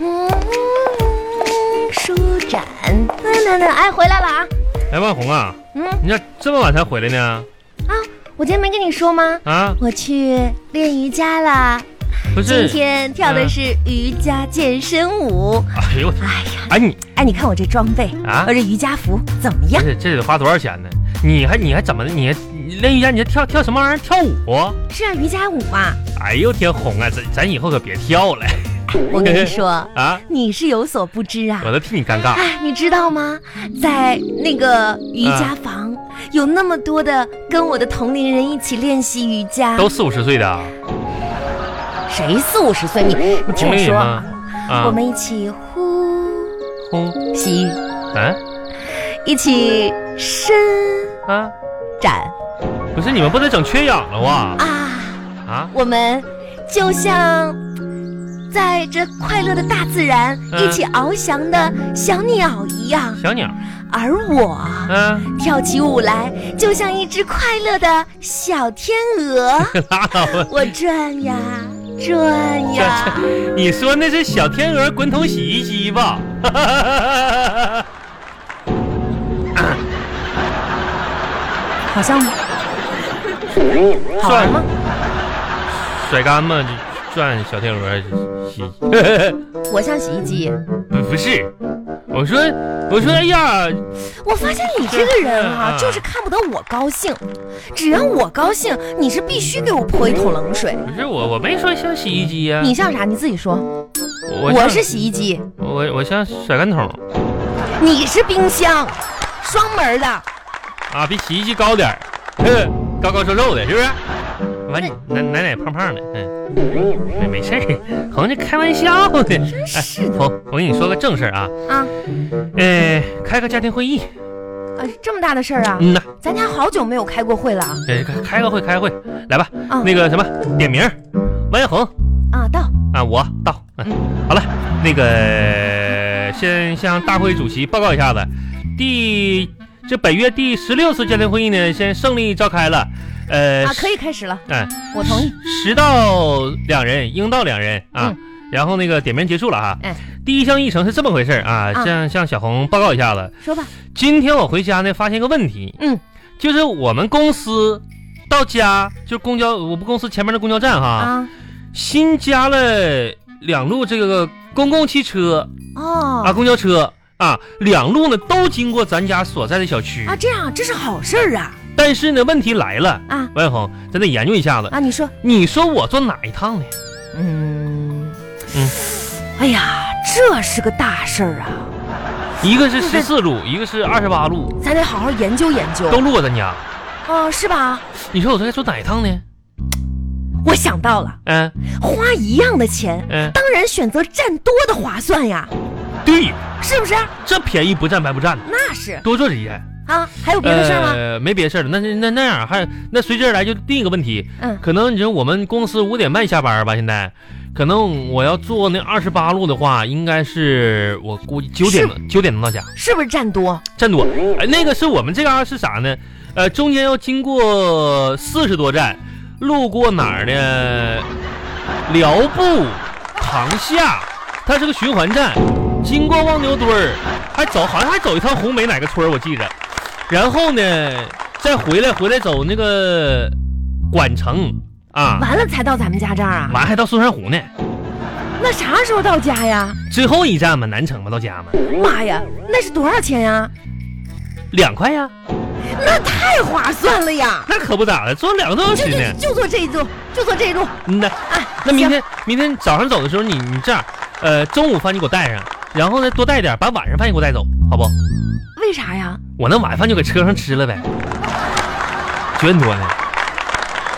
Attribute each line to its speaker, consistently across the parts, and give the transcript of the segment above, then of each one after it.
Speaker 1: 嗯展。嗯那那哎，回来了啊！
Speaker 2: 哎，万红啊，
Speaker 1: 嗯
Speaker 2: 你咋这么晚才回来呢？
Speaker 1: 啊，我今天没跟你说吗？
Speaker 2: 啊，
Speaker 1: 我去练瑜伽啦。
Speaker 2: 不
Speaker 1: 今
Speaker 2: 是，
Speaker 1: 天跳的是瑜伽健身舞。
Speaker 2: 哎呦我天，
Speaker 1: 哎呀，
Speaker 2: 哎你
Speaker 1: 哎，你看我这装备
Speaker 2: 啊
Speaker 1: 我这瑜伽服怎么
Speaker 2: 不
Speaker 1: 样？
Speaker 2: 是这得花多少钱呢？你还你还怎么的？你还你练瑜伽，你还跳跳什么玩意儿？跳舞？
Speaker 1: 是啊，瑜伽舞 嘛。
Speaker 2: 哎呦天红啊，咱咱以后可别跳了
Speaker 1: 我跟你说，
Speaker 2: 啊！
Speaker 1: 你是有所不知啊。
Speaker 2: 我都替你尴尬。
Speaker 1: 哎，你知道吗？在那个瑜伽房，
Speaker 2: 啊
Speaker 1: 有那么多的跟我的同龄人一起练习瑜伽，
Speaker 2: 都四五十岁的啊，
Speaker 1: 谁四五十岁？你你听
Speaker 2: 同
Speaker 1: 我
Speaker 2: 龄人
Speaker 1: 说
Speaker 2: 吗
Speaker 1: 啊，？
Speaker 2: 啊，
Speaker 1: 我们一起呼
Speaker 2: 轰，
Speaker 1: 吸，
Speaker 2: 嗯
Speaker 1: 一起伸
Speaker 2: 啊，
Speaker 1: 展
Speaker 2: 不是你们不得整缺氧了哇？
Speaker 1: 啊，
Speaker 2: 啊，
Speaker 1: 我们就像在这快乐的大自然
Speaker 2: 嗯
Speaker 1: 一起翱翔的小鸟一样，
Speaker 2: 小鸟，
Speaker 1: 而我
Speaker 2: 嗯，
Speaker 1: 跳起舞来就像一只快乐的小天鹅。
Speaker 2: 拉倒吧。
Speaker 1: 我转呀转呀，
Speaker 2: 你说那是小天鹅滚筒洗衣机吧？
Speaker 1: 好像吗？好
Speaker 2: 转
Speaker 1: 玩吗？
Speaker 2: 甩干嘛就转小天鹅洗，
Speaker 1: 我像洗衣机。
Speaker 2: 不不是，我说我说哎呀，
Speaker 1: 我发现你这个人啊，
Speaker 2: 嗯
Speaker 1: 就是看不得我高兴，只要我高兴，你是必须给我泼一桶冷水。
Speaker 2: 不是我我没说像洗衣机呀、
Speaker 1: 你像啥？你自己说。
Speaker 2: 嗯我
Speaker 1: 我
Speaker 2: 像
Speaker 1: 是洗衣机，
Speaker 2: 我我像甩干桶
Speaker 1: 你是冰箱，双门的。
Speaker 2: 啊，比洗衣机高点儿， 哼高高瘦瘦的，是不是？完你奶奶奶胖胖的，嗯，没没事儿，红这开玩笑的，真
Speaker 1: 是的
Speaker 2: 红、我跟你说个正事儿啊，
Speaker 1: 啊
Speaker 2: 呃，开个家庭会议，
Speaker 1: 啊，这么大的事儿啊，
Speaker 2: 嗯呐。
Speaker 1: 咱家好久没有开过会了啊。
Speaker 2: 这个开个会，开个会，来吧，
Speaker 1: 啊
Speaker 2: 那个什么，点名，王彦恒
Speaker 1: 啊，到
Speaker 2: 啊，我到，嗯，好了，那个先向大会主席报告一下子，第这本月第十六次家庭会议呢，先胜利召开了，呃，
Speaker 1: 啊，可以开始了，
Speaker 2: 嗯，
Speaker 1: 我同意。
Speaker 2: 实到两人，应到两人啊。
Speaker 1: 嗯
Speaker 2: 然后那个点名结束了哈，
Speaker 1: 哎
Speaker 2: 第一项议程是这么回事儿啊，
Speaker 1: 啊
Speaker 2: 向向小红报告一下子，
Speaker 1: 说吧，
Speaker 2: 今天我回家呢，发现个问题，
Speaker 1: 嗯，
Speaker 2: 就是我们公司到家就公交，我们公司前面的公交站哈，
Speaker 1: 啊，
Speaker 2: 新加了两路这个公共汽车啊，
Speaker 1: 哦，
Speaker 2: 公交车啊，两路呢都经过咱家所在的小区，
Speaker 1: 啊，这样这是好事儿啊
Speaker 2: 但是呢，问题来了，
Speaker 1: 啊
Speaker 2: 王小红，咱得研究一下子，
Speaker 1: 啊，你说。
Speaker 2: 你说我坐哪一趟呢？
Speaker 1: 嗯
Speaker 2: 嗯，
Speaker 1: 哎呀，这是个大事儿啊，
Speaker 2: 一个是十四路，一个是二十八路，
Speaker 1: 咱得好好研究研究。
Speaker 2: 都路过咱家，
Speaker 1: 哦、是吧？
Speaker 2: 你说我这该坐哪一趟呢？
Speaker 1: 我想到了，
Speaker 2: 嗯
Speaker 1: 花一样的钱，
Speaker 2: 嗯，
Speaker 1: 当然选择占多的划算呀，
Speaker 2: 对，
Speaker 1: 是不是？
Speaker 2: 这便宜不占白不占，
Speaker 1: 那是
Speaker 2: 多坐几天。
Speaker 1: 啊，还有别的事儿吗？
Speaker 2: 呃，没别的事儿了。那那那那样，还那随之而来就另一个问题，
Speaker 1: 嗯
Speaker 2: 可能你说我们公司五点半下班吧，现在，可能我要坐那二十八路的话，应该是我估计九点能九点能到家，
Speaker 1: 是不是占多？
Speaker 2: 站多。哎，那个是我们这嘎、是啥呢？呃，中间要经过四十多站，路过哪儿呢？辽埠、塘下，它是个循环站，经过望牛墩儿，还走好像还走一趟红梅哪个村儿我记着，然后呢再回来回来走那个管城啊，
Speaker 1: 完了才到咱们家这儿啊？
Speaker 2: 完还到松山湖呢，
Speaker 1: 那啥时候到家呀？
Speaker 2: 最后一站嘛南城嘛到家嘛，
Speaker 1: 妈呀，那是多少钱呀？
Speaker 2: 两块呀，
Speaker 1: 那太划算了呀！
Speaker 2: 那可不咋的，坐两个多小
Speaker 1: 就
Speaker 2: 时呢
Speaker 1: 就。就坐这一路，就坐这一路。哎
Speaker 2: 嗯呐，那明天明天早上走的时候，你你这样，呃，中午饭你给我带上，然后呢多带点，把晚上饭也给我带走，好不好？
Speaker 1: 为啥呀？
Speaker 2: 我那晚饭就搁车上吃了呗，九点多呢。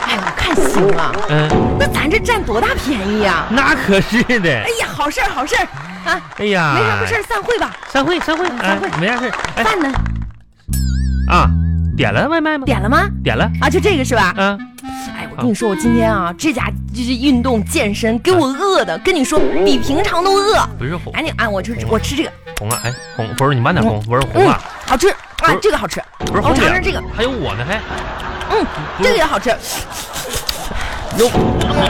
Speaker 1: 哎，我看行啊，
Speaker 2: 嗯，
Speaker 1: 那咱这占多大便宜呀、
Speaker 2: 那可是
Speaker 1: 哎
Speaker 2: 的。
Speaker 1: 呀，好事儿，好事儿啊！
Speaker 2: 哎呀，
Speaker 1: 没啥不事儿，散会吧。
Speaker 2: 散会散会，
Speaker 1: 嗯
Speaker 2: 哎
Speaker 1: 散会
Speaker 2: 没啥事儿。哎
Speaker 1: 饭呢？
Speaker 2: 啊，点了外卖吗？
Speaker 1: 点了吗？
Speaker 2: 点了。
Speaker 1: 啊，就这个是吧？
Speaker 2: 啊，
Speaker 1: 哎，我跟你说，我今天啊，这家就是运动健身，给我饿的，跟你说比平常都饿。
Speaker 2: 不是红
Speaker 1: 赶紧啊，我吃我吃这个，
Speaker 2: 红啊，哎红不是你慢点红，不是红
Speaker 1: 嗯
Speaker 2: 啊，，
Speaker 1: 好吃啊
Speaker 2: 不是，
Speaker 1: 这个好吃，
Speaker 2: 不
Speaker 1: 我
Speaker 2: 是红
Speaker 1: 尝
Speaker 2: 姐
Speaker 1: 尝这个，
Speaker 2: 还有我呢，还
Speaker 1: 嗯，这
Speaker 2: 不是哦
Speaker 1: 个也好吃，
Speaker 2: 有王小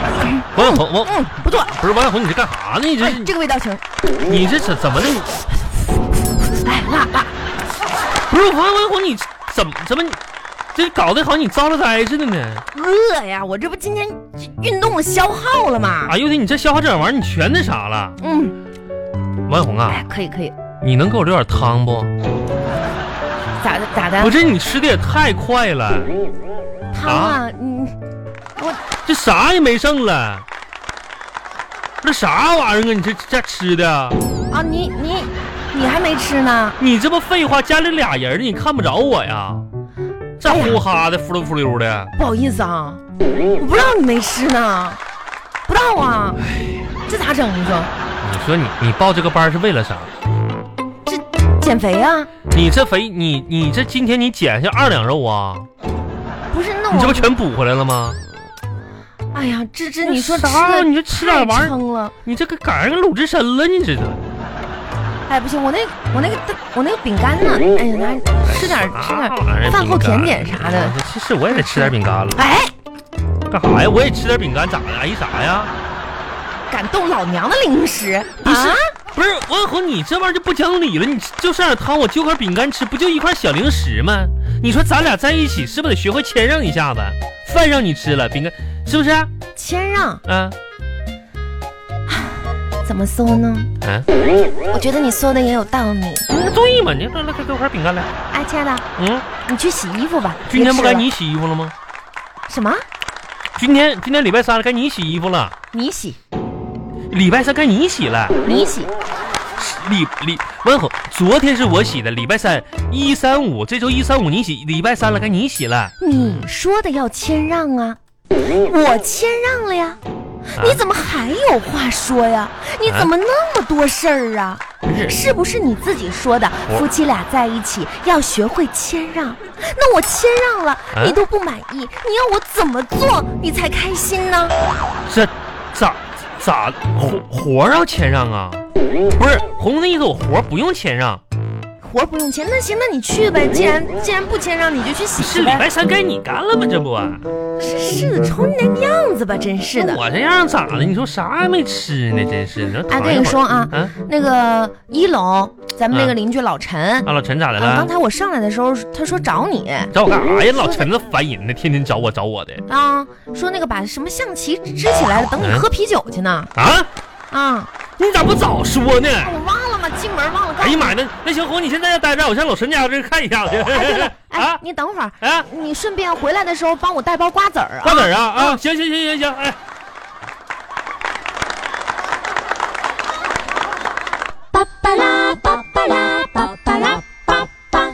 Speaker 2: 红，王
Speaker 1: 嗯，不错，
Speaker 2: 嗯不是王小红，你这干啥呢？你这
Speaker 1: 哎
Speaker 2: 是，
Speaker 1: 这个味道行。
Speaker 2: 你这怎怎么的？
Speaker 1: 爸爸，
Speaker 2: 不是王文红，你怎么怎么你这搞得好像你遭了灾似的呢？
Speaker 1: 饿呀！我这不今天运动了消耗了吗？
Speaker 2: 哎呦我天，你这消化这玩意儿你全那啥了？
Speaker 1: 嗯，
Speaker 2: 王文红啊，
Speaker 1: 哎，可以可以，
Speaker 2: 你能给我留点汤不？
Speaker 1: 咋的咋
Speaker 2: 不
Speaker 1: 的？
Speaker 2: 是你吃的也太快了，
Speaker 1: 汤啊，嗯，
Speaker 2: 这啥也没剩了。这啥玩意儿啊？你这这吃的，
Speaker 1: 啊，你你你还没吃呢？
Speaker 2: 你这不废话？家里俩人呢，你看不着我呀？这
Speaker 1: 哎呀
Speaker 2: 呼哈的，呼噜呼溜的。
Speaker 1: 不好意思啊，我不知道你没吃呢，不知道啊，
Speaker 2: 哎
Speaker 1: 这咋整？你说
Speaker 2: 你说你你报这个班是为了啥？
Speaker 1: 这减肥啊？
Speaker 2: 你这肥，你你这今天你减下二两肉啊？
Speaker 1: 不是，那
Speaker 2: 你这不
Speaker 1: 我，
Speaker 2: 全补回来了吗？
Speaker 1: 哎呀，芝芝，你说吃
Speaker 2: 啥？
Speaker 1: 的
Speaker 2: 你这吃点玩
Speaker 1: 太
Speaker 2: 意儿，
Speaker 1: 撑了。
Speaker 2: 你这个赶上个鲁智深了，你这都
Speaker 1: 哎，不行，我那我那个我那个饼干呢？哎呀，拿吃点吃
Speaker 2: 啥
Speaker 1: 点。
Speaker 2: 啊玩意儿？
Speaker 1: 饭后
Speaker 2: 饼干
Speaker 1: 甜点啥的
Speaker 2: 啊其实我也得吃点饼干了，
Speaker 1: 哎，
Speaker 2: 干啥呀？我也吃点饼干，咋的？哎啥呀？
Speaker 1: 敢动老娘的零食
Speaker 2: 不是
Speaker 1: 啊？
Speaker 2: 不是王红，你这玩意儿就不讲理了。你就上点汤，我揪块饼干吃，不就一块小零食吗？你说咱俩在一起，是不是得学会谦让一下子？饭让你吃了，饼干是不是？啊
Speaker 1: 谦让
Speaker 2: 嗯、
Speaker 1: 怎么说呢？
Speaker 2: 嗯，
Speaker 1: 我觉得你说的也有道理。
Speaker 2: 对嘛？你来来给我块饼干来，
Speaker 1: 哎，亲爱的，
Speaker 2: 嗯。
Speaker 1: 你去洗衣服吧。
Speaker 2: 今天不
Speaker 1: 别
Speaker 2: 该
Speaker 1: 吃了
Speaker 2: 你洗衣服了吗？
Speaker 1: 什么？
Speaker 2: 今天今天礼拜三了，该你洗衣服了。
Speaker 1: 你洗，
Speaker 2: 礼拜三该你洗了。
Speaker 1: 你洗，
Speaker 2: 礼礼，问候，昨天是我洗的，礼拜三一三五，这周一三五你洗，礼拜三了该你洗了。
Speaker 1: 你说的要谦让啊，我谦让了呀。
Speaker 2: 啊
Speaker 1: 你怎么还有话说呀？你怎么那么多事儿啊？
Speaker 2: 不是
Speaker 1: 是不是你自己说的？
Speaker 2: 我
Speaker 1: 夫妻俩在一起要学会谦让。那我谦让了，
Speaker 2: 啊
Speaker 1: 你都不满意，你要我怎么做你才开心呢？
Speaker 2: 这咋咋活活要谦让啊？不是红的意思，我活不用谦让，
Speaker 1: 活儿不用谦，那行，那你去呗。既然既然不谦让，你就去洗
Speaker 2: 嗯是
Speaker 1: 去
Speaker 2: 礼
Speaker 1: 呗。
Speaker 2: 拜三该你干了吗？这不，
Speaker 1: 是是的，瞅你那样子吧，真是的。
Speaker 2: 我这样咋的？你说啥也没吃呢，真是。你说
Speaker 1: 哎，
Speaker 2: 躺一
Speaker 1: 跟你
Speaker 2: 会儿
Speaker 1: 说啊，
Speaker 2: 啊
Speaker 1: 那个一楼咱们那个
Speaker 2: 嗯
Speaker 1: 邻居老陈，啊，
Speaker 2: 啊，老陈咋的
Speaker 1: 刚
Speaker 2: 了？
Speaker 1: 才我上来的时候他说找你
Speaker 2: 找我干啥呀？老陈子烦人呢，天天找我找我的
Speaker 1: 啊，说那个把什么象棋支起来了，等你
Speaker 2: 嗯
Speaker 1: 喝啤酒去呢
Speaker 2: 啊！
Speaker 1: 啊。
Speaker 2: 你咋不早说呢？
Speaker 1: 哎我忘了嘛，进门忘了告诉
Speaker 2: 哎呀
Speaker 1: 你。
Speaker 2: 妈呀，那那行红，你现在要待着，我上老陈家这看一下去。
Speaker 1: 哎
Speaker 2: 啊，
Speaker 1: 你等会儿，
Speaker 2: 啊，
Speaker 1: 你顺便回来的时候帮我带包瓜子儿啊。
Speaker 2: 瓜子儿啊啊，行行行行行，哎，
Speaker 3: 巴巴拉巴巴拉巴巴拉巴巴。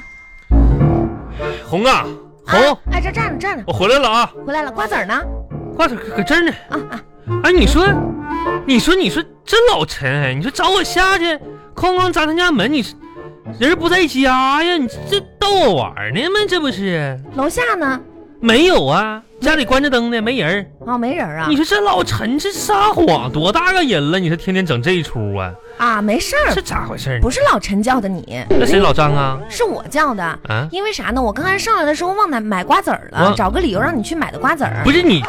Speaker 2: 红啊
Speaker 1: 啊
Speaker 2: 红，，
Speaker 1: 哎，这站着站着，
Speaker 2: 我回来了啊，
Speaker 1: 回来了，瓜子儿呢？
Speaker 2: 瓜子儿搁这儿呢。
Speaker 1: 啊啊，
Speaker 2: 哎，你说，你说，你说，这老陈，你说找我下去，哐哐砸他家门，你是人不在家呀？你这逗我玩呢吗？这不是
Speaker 1: 楼下呢？
Speaker 2: 没有啊，家里关着灯呢，没人儿。
Speaker 1: 哦，没人啊
Speaker 2: 你。说这老陈这撒谎多大个人了？你说天天整这一出啊？
Speaker 1: 啊，没事儿
Speaker 2: 这，咋回事儿呢？
Speaker 1: 不是老陈叫的你，
Speaker 2: 那谁老张啊？
Speaker 1: 是我叫的。
Speaker 2: 啊，
Speaker 1: 因为啥呢？我刚才上来的时候忘买买瓜子儿
Speaker 2: 啊
Speaker 1: 了，找个理由让你去买的瓜子儿。
Speaker 2: 不是你，